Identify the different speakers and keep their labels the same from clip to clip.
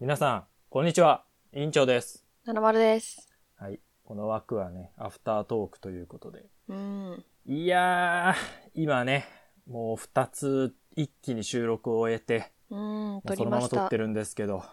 Speaker 1: 皆さん、こんにちは。委員長です。
Speaker 2: 七丸です。
Speaker 1: はい。この枠はね、アフタートークということで。
Speaker 2: うん。
Speaker 1: いやー、今ね、もう2つ一気に収録を終えて、
Speaker 2: うん、
Speaker 1: まあ
Speaker 2: 撮
Speaker 1: そ
Speaker 2: り
Speaker 1: のま
Speaker 2: ま
Speaker 1: ま
Speaker 2: し
Speaker 1: 撮
Speaker 2: た。
Speaker 1: ってるんですけど、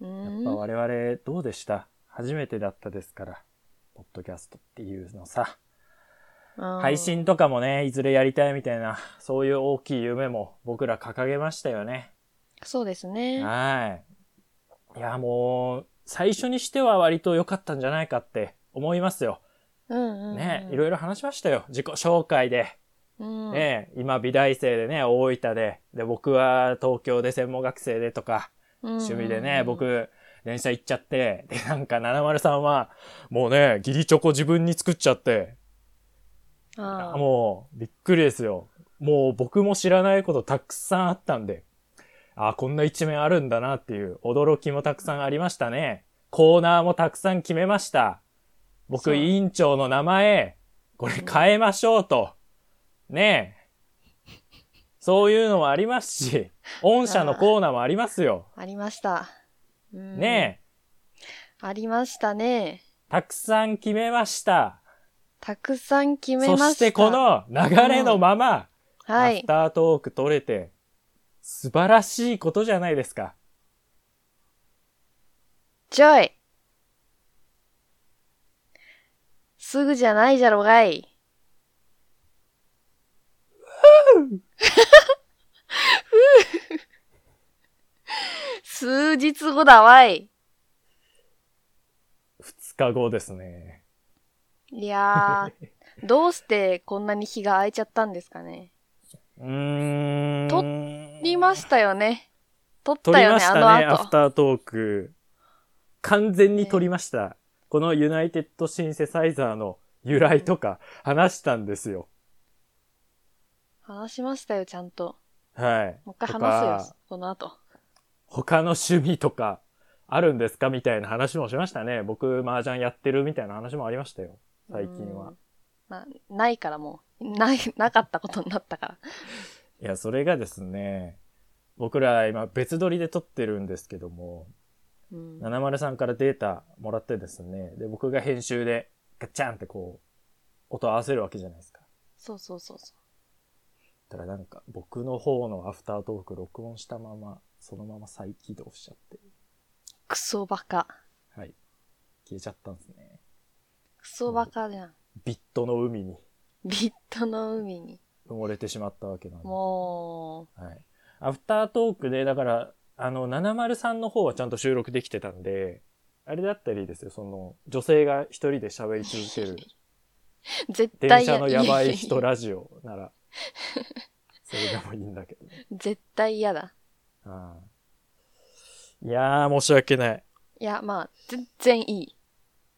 Speaker 2: う
Speaker 1: や
Speaker 2: ん
Speaker 1: っぱ我々どうでした初めてだったですから、ポッドキャストっていうのさ。
Speaker 2: うん
Speaker 1: 配信とかもね、いずれやりたいみたいな、そういう大きい夢も僕ら掲げましたよね。
Speaker 2: そうですね。
Speaker 1: はい。いや、もう、最初にしては割と良かったんじゃないかって思いますよ。
Speaker 2: うんうん。
Speaker 1: ね、いろいろ話しましたよ。自己紹介で。
Speaker 2: いろ。うん。
Speaker 1: ね、今美大生でね、大分で。で、僕は東京で専門学生でとか、趣味でね、
Speaker 2: うん。
Speaker 1: 僕、電車行っちゃって、で、なんか、七丸さんは、もうね、ギリチョコ自分に作っちゃって、
Speaker 2: あ
Speaker 1: あもう、びっくりですよ。もう僕も知らないことたくさんあったんで、あこんな一面あるんだなっていう驚きもたくさんありましたね。コーナーもたくさん決めました。
Speaker 2: そ
Speaker 1: 僕、
Speaker 2: う
Speaker 1: 委員長の名前、これ変えましょうと。ねえ。そういうのもありますし、御社のコーナーもありますよ。
Speaker 2: ありました。うん
Speaker 1: ねえ。
Speaker 2: ありましたね。
Speaker 1: たくさん決めました。
Speaker 2: たくさん決め
Speaker 1: そ
Speaker 2: ました。
Speaker 1: してこ、の流れのまま、
Speaker 2: は
Speaker 1: アフ
Speaker 2: い。
Speaker 1: タートーク取れて、素晴らしいことじゃないですか。
Speaker 2: ジョイすぐじゃないじゃろがい。数日後だわい。
Speaker 1: 二日後ですね。
Speaker 2: いやー、どうしてこんなに日が空いちゃったんですかね。
Speaker 1: うーん。
Speaker 2: 撮撮りま
Speaker 1: し
Speaker 2: したよね。撮っ
Speaker 1: 撮
Speaker 2: た
Speaker 1: り
Speaker 2: よ
Speaker 1: ま
Speaker 2: ね、
Speaker 1: し
Speaker 2: あ
Speaker 1: た
Speaker 2: の
Speaker 1: ね、アフ
Speaker 2: 後。
Speaker 1: タートーク。完全に撮りました。このユナイテッドシンセサイザーの由来とか話したんですよ。
Speaker 2: 話しましたよ、ちゃんと。
Speaker 1: はい。
Speaker 2: もう一回
Speaker 1: とか
Speaker 2: 話すよ、この後。
Speaker 1: 他の趣味とかあるんですかみたいな話もしましたね。僕、麻雀やってるみたいな話もありましたよ。最近は
Speaker 2: うん。。まあ、ないからもう、ない、なかったことになったから。
Speaker 1: いや、それがですね、僕ら今別撮りで撮ってるんですけども、
Speaker 2: うん。
Speaker 1: 七丸さんからデータもらってですね、で、僕が編集でガッチャンってこう、音合わせるわけじゃないですか。
Speaker 2: そうそうそうそ
Speaker 1: だからなんか、僕の方のアフタートーク録音したまま、そのまま再起動しちゃって、
Speaker 2: う。クソバカ。
Speaker 1: はい。消えちゃったんですね。
Speaker 2: クソバカじゃん。
Speaker 1: ビットの海に
Speaker 2: ビットの海に。
Speaker 1: 埋もれてしまったわけなんで。
Speaker 2: も
Speaker 1: はい。アフタートークで、だから、あの、703の方はちゃんと収録できてたんで、あれだったらいいですよ。その、女性が一人で喋り続ける、
Speaker 2: う、絶対
Speaker 1: 電車のやばい人ラジオなら、それでもいいんだけど、ね。
Speaker 2: 絶対嫌だ。
Speaker 1: うんいやー、申し訳ない。
Speaker 2: いや、まあ、全然い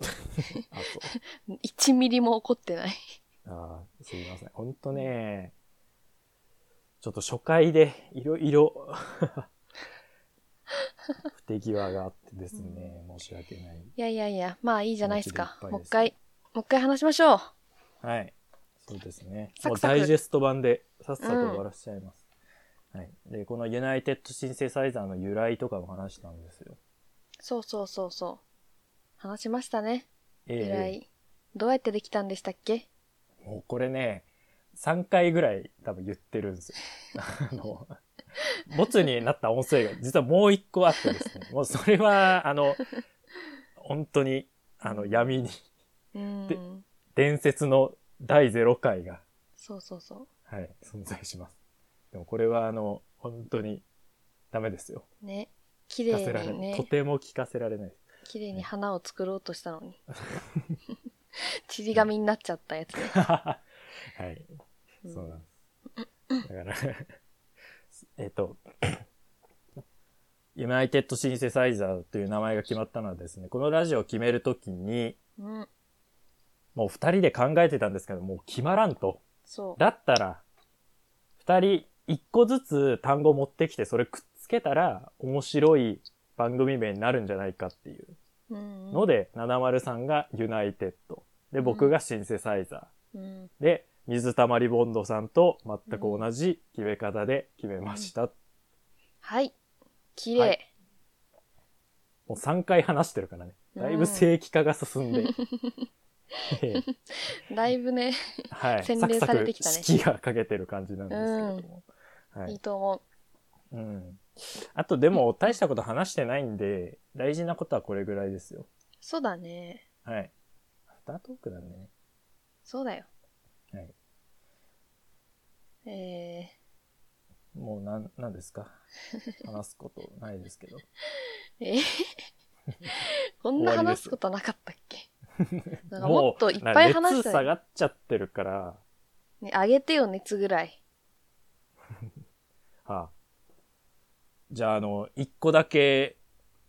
Speaker 1: あと
Speaker 2: い。1ミリも怒ってない。
Speaker 1: あーすいません。ほんとね、ちょっと初回でいろいろ 不手際があってですね、申し訳ない。
Speaker 2: いやいやいや、まあいいじゃないですか。
Speaker 1: 気持ちでいっぱい
Speaker 2: もう
Speaker 1: です
Speaker 2: 一回、もう一回話しましょう。
Speaker 1: はい。そうですね。
Speaker 2: サクサク
Speaker 1: もうダイジェスト版でさっさと終わらせちゃいます。はい。で、このユナイテッドシンセサイザーの由来とかも話したんですよ。
Speaker 2: そうそうそうそう。話しましたね。
Speaker 1: え
Speaker 2: 由
Speaker 1: え
Speaker 2: 来。どうやってできたんでしたっけ
Speaker 1: もうこれね、3回ぐらい多分言ってるんですよ。 あの、ボツになった音声が実はもう1個あってです ね。もうそれは、あの、本当に、あの、闇に、
Speaker 2: う
Speaker 1: で
Speaker 2: ん。
Speaker 1: 伝説の第0回が、
Speaker 2: そうそうそ
Speaker 1: はい、存在します。でもこれはあの、本当にダメですよ。
Speaker 2: う。ね。綺
Speaker 1: 聞かせ
Speaker 2: 麗
Speaker 1: られ
Speaker 2: に
Speaker 1: ない。と
Speaker 2: ね、
Speaker 1: ても聞かせられない。
Speaker 2: 綺麗に花を作ろうとしたのに。ちり紙になっちゃったやつね。
Speaker 1: はい、
Speaker 2: うん
Speaker 1: そうなんです。だから、 えっと、 ユナイテッドシンセサイザーという名前が決まったのはですね、このラジオを決めるときに、
Speaker 2: うん。
Speaker 1: もう二人で考えてたんですけど、もう決まらんと。
Speaker 2: そう。
Speaker 1: だったら、二人一個ずつ単語持ってきて、それくっつけたら面白い番組名になるんじゃないかっていう
Speaker 2: うんうん
Speaker 1: ので、70さんがユナイテッド。で、僕がシンセサイザー。
Speaker 2: うん。
Speaker 1: で、水溜りボンドさんと全く同じ決め方で決めました。
Speaker 2: はい。綺
Speaker 1: は
Speaker 2: 麗
Speaker 1: い。もう3回話してるからね。だいぶ正規化が進ん で。ええ
Speaker 2: だいぶね、
Speaker 1: はい。
Speaker 2: 洗練されてきたね
Speaker 1: サクサク式がかけてる感じなんですけれども。はいい
Speaker 2: い。と思
Speaker 1: うん。あとでも、大したこと話してないんで、大事なことはこれぐらいですよ。
Speaker 2: う。そうだね。
Speaker 1: はい。アフタートークなんでね。
Speaker 2: そうだよ。
Speaker 1: はい。
Speaker 2: え
Speaker 1: もうなん、なんです か話すことないですけど。
Speaker 2: ー、えーこん
Speaker 1: 終
Speaker 2: な
Speaker 1: わりで
Speaker 2: 話
Speaker 1: す
Speaker 2: すことなかったっけなんかもっといっぱい話し
Speaker 1: 熱
Speaker 2: た
Speaker 1: 下
Speaker 2: ら、
Speaker 1: がっちゃってるから、は
Speaker 2: ね、あげてよ、熱ぐらい。
Speaker 1: あじゃあ、あの、一個だけ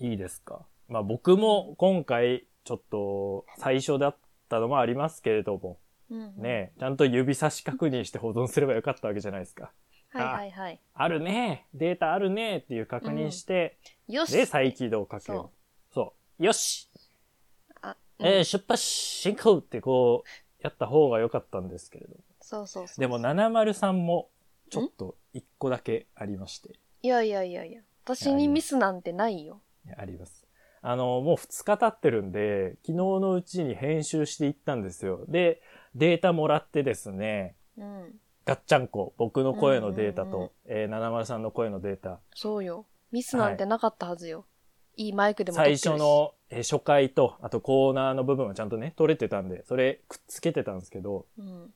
Speaker 1: いいですか。まあ僕も今回、ちょっと最初だったのもありますけれども、
Speaker 2: うん、。
Speaker 1: ねえ、ちゃんと指差し確認して保存すればよかったわけじゃないですか。
Speaker 2: はいはいはい。
Speaker 1: あるねデータあるねっていう確認して、
Speaker 2: よし。
Speaker 1: で、再起動かけよう。そう。よし、
Speaker 2: あ、うん
Speaker 1: えー出発進行ってこう、やった方が良かったんですけれど。
Speaker 2: そうそうそう。
Speaker 1: でも、703も、ちょっと一個だけありまして、
Speaker 2: いやいやいやいや。私にミスなんてないよ。
Speaker 1: あります。あの、もう2日経ってるんで、昨日のうちに編集していったんですよ。で、データもらってですね、
Speaker 2: うん。
Speaker 1: ガッチャンコ、僕の声のデータ
Speaker 2: うんうんうん
Speaker 1: と、えー、703の声のデータ、
Speaker 2: そうよ。ミスなんてなかったはずよ。い、いマイクでも撮って
Speaker 1: 最
Speaker 2: るし
Speaker 1: 初。の、えー初回と、あとコーナーの部分はちゃんとね、取れてたんで、それくっつけてたんですけど、
Speaker 2: うん。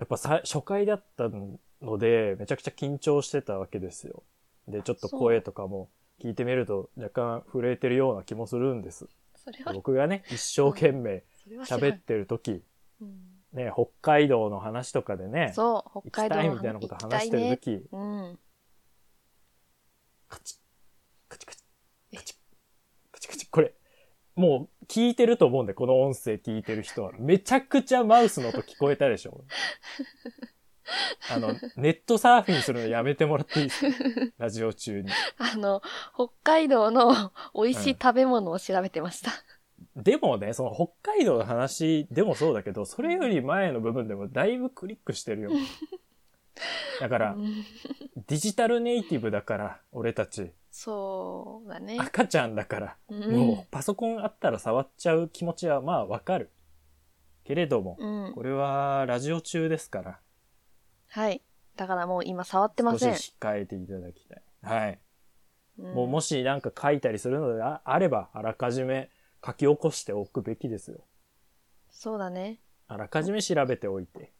Speaker 1: やっぱさ初回だったので、めちゃくちゃ緊張してたわけですよ。で、ちょっと声とかも聞いてみると若干震えてるような気もするんです。
Speaker 2: それは、
Speaker 1: 僕がね、一生懸命
Speaker 2: それは知らん
Speaker 1: 喋ってる時、
Speaker 2: うん
Speaker 1: ね、北海道の話とかでね、
Speaker 2: そう、
Speaker 1: 行
Speaker 2: 北海
Speaker 1: き
Speaker 2: 道
Speaker 1: たい
Speaker 2: の
Speaker 1: みたいなこと話して
Speaker 2: 行
Speaker 1: る
Speaker 2: き
Speaker 1: 時、
Speaker 2: たいねうん。
Speaker 1: カチッ、カチカチッ、カチッ、カチカチッ、これ、もう聞いてると思うんで、この音声聞いてる人は。めちゃくちゃマウスの音聞こえたでしょ。あの、ネットサーフィンするのやめてもらっていいですかラジオ中に。
Speaker 2: あの、北海道の美味し
Speaker 1: う
Speaker 2: い
Speaker 1: ん
Speaker 2: 食べ物を調べてました。
Speaker 1: でもね、その北海道の話でもそうだけど、それより前の部分でもだいぶクリックしてるよ。だから
Speaker 2: う、ん
Speaker 1: デジタルネイティブだから、俺たち。
Speaker 2: そうだね。
Speaker 1: 赤ちゃんだから。
Speaker 2: うん
Speaker 1: もうパソコンあったら触っちゃう気持ちはまあわかる。けれども、
Speaker 2: うん
Speaker 1: こ。れはラジオ中ですから、
Speaker 2: はい。だからもう今触ってま
Speaker 1: 少し
Speaker 2: せん。
Speaker 1: 控えていただきたい。はい。も
Speaker 2: も
Speaker 1: うもしなんか書いたりするのでああれば、あらかじめ書き起こしておくべきですよ。
Speaker 2: そうだね。
Speaker 1: あらかじめ調べておいて。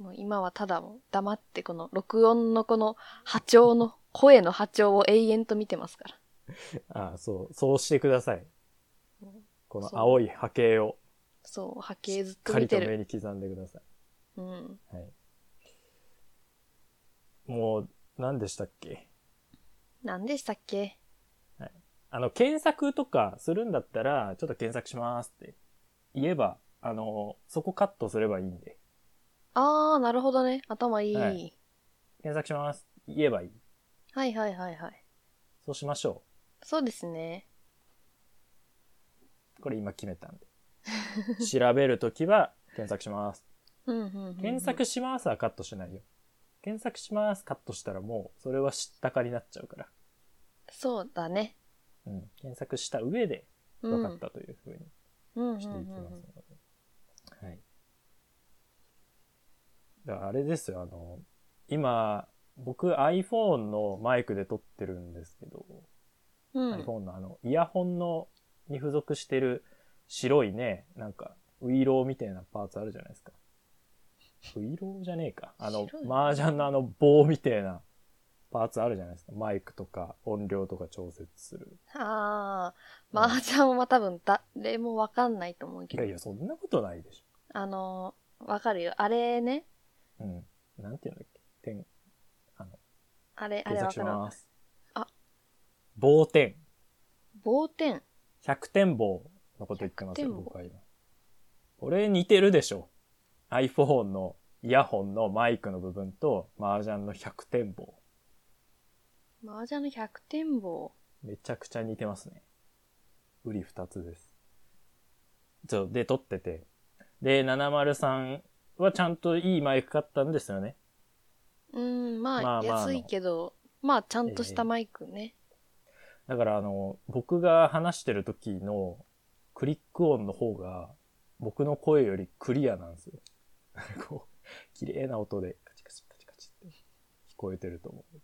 Speaker 2: もう今はただもう黙ってこの録音のこの波長の、声の波長を永遠と見てますから。
Speaker 1: ああ、そう、そうしてください
Speaker 2: うん。
Speaker 1: この
Speaker 2: そう
Speaker 1: 青い波形を、
Speaker 2: そう、波形ずっと
Speaker 1: かり
Speaker 2: 見
Speaker 1: と
Speaker 2: て
Speaker 1: 目
Speaker 2: る。
Speaker 1: に刻んでくださ
Speaker 2: うん。
Speaker 1: い。はい。もう、何でしたっけ
Speaker 2: 何でしたっけ
Speaker 1: あの、検索とかするんだったら、ちょっと検索しますって言えば、あの、そこカットすればいいんで、
Speaker 2: あー、なるほどね。頭いい。
Speaker 1: は
Speaker 2: はいい、
Speaker 1: 検索しますって言えばいい。
Speaker 2: はいはいはい。
Speaker 1: そうしましょ
Speaker 2: そうですね。
Speaker 1: う。これ今決めたんで。調べるときは、検索します。
Speaker 2: うんうんうんうん。
Speaker 1: 検索しますはカットしないよ。検索しますカットしたらもう、それは知ったかになっちゃうから。
Speaker 2: そうだね。
Speaker 1: うん。検索した上で、
Speaker 2: う
Speaker 1: 分
Speaker 2: ん。
Speaker 1: かったというふうに
Speaker 2: うんうんうん
Speaker 1: していきます
Speaker 2: う
Speaker 1: の
Speaker 2: ん
Speaker 1: で。はい。だからあれですよ、あの、今、僕 iPhone のマイクで撮ってるんですけど、
Speaker 2: うん。
Speaker 1: iPhone のあの、イヤホンの、に付属してる白いね、なんか、ウイローみたいなパーツあるじゃないですか。ウイローじゃねえか。あの
Speaker 2: 白い、ね
Speaker 1: 麻雀のあの棒みたいなパーツあるじゃないですか。マイクとか音量とか調節する。
Speaker 2: あー、麻雀は多分誰もわかんないと思う
Speaker 1: い
Speaker 2: けど
Speaker 1: やい。や、そんなことないでし
Speaker 2: あのー、わかるよ。あれね。
Speaker 1: ょ。うん。なんていうんだっけ。点、
Speaker 2: あれ、あれ
Speaker 1: 検
Speaker 2: わ
Speaker 1: 索し
Speaker 2: かるわ
Speaker 1: ます。
Speaker 2: あ
Speaker 1: 棒点。
Speaker 2: 棒点。
Speaker 1: 100点棒のこと言ってますよ、
Speaker 2: 100点棒
Speaker 1: 僕は今。これ似てるでしょ。iPhone のイヤホンのマイクの部分と、麻雀の100点棒。
Speaker 2: 麻雀の100点棒。
Speaker 1: めちゃくちゃ似てますね。売り2つです。そう、で、撮ってて。で、703はちゃんといいマイク買ったんですよね。
Speaker 2: うん、まあ、
Speaker 1: まあまあ
Speaker 2: 安いけど、まあ、ちゃんとしたマイクね。
Speaker 1: だからあの、僕が話してる時のクリック音の方が僕の声よりクリアなんですよ。 こう、綺麗な音でカチカチカチカチって聞こえてると思う。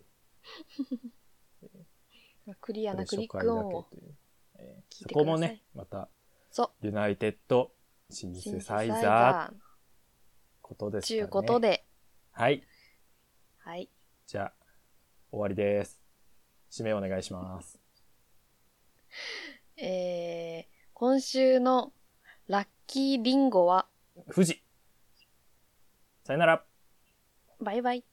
Speaker 2: クリアなク
Speaker 1: これ初回
Speaker 2: リック
Speaker 1: だ
Speaker 2: 音を
Speaker 1: けという。えー
Speaker 2: 聞い
Speaker 1: そ
Speaker 2: てください
Speaker 1: こもね、また、
Speaker 2: そ
Speaker 1: ユナイテッドシン
Speaker 2: うシン
Speaker 1: セ
Speaker 2: セサ
Speaker 1: サ
Speaker 2: イ
Speaker 1: イ
Speaker 2: ザ
Speaker 1: ザー
Speaker 2: ー
Speaker 1: ってことですか
Speaker 2: ちゅ
Speaker 1: ね。
Speaker 2: うことで、
Speaker 1: はい。
Speaker 2: はい
Speaker 1: じゃあ、終わりです。締めお願いします。
Speaker 2: えー、今週のラッキーリンゴは
Speaker 1: 富士さよなら
Speaker 2: バイバイ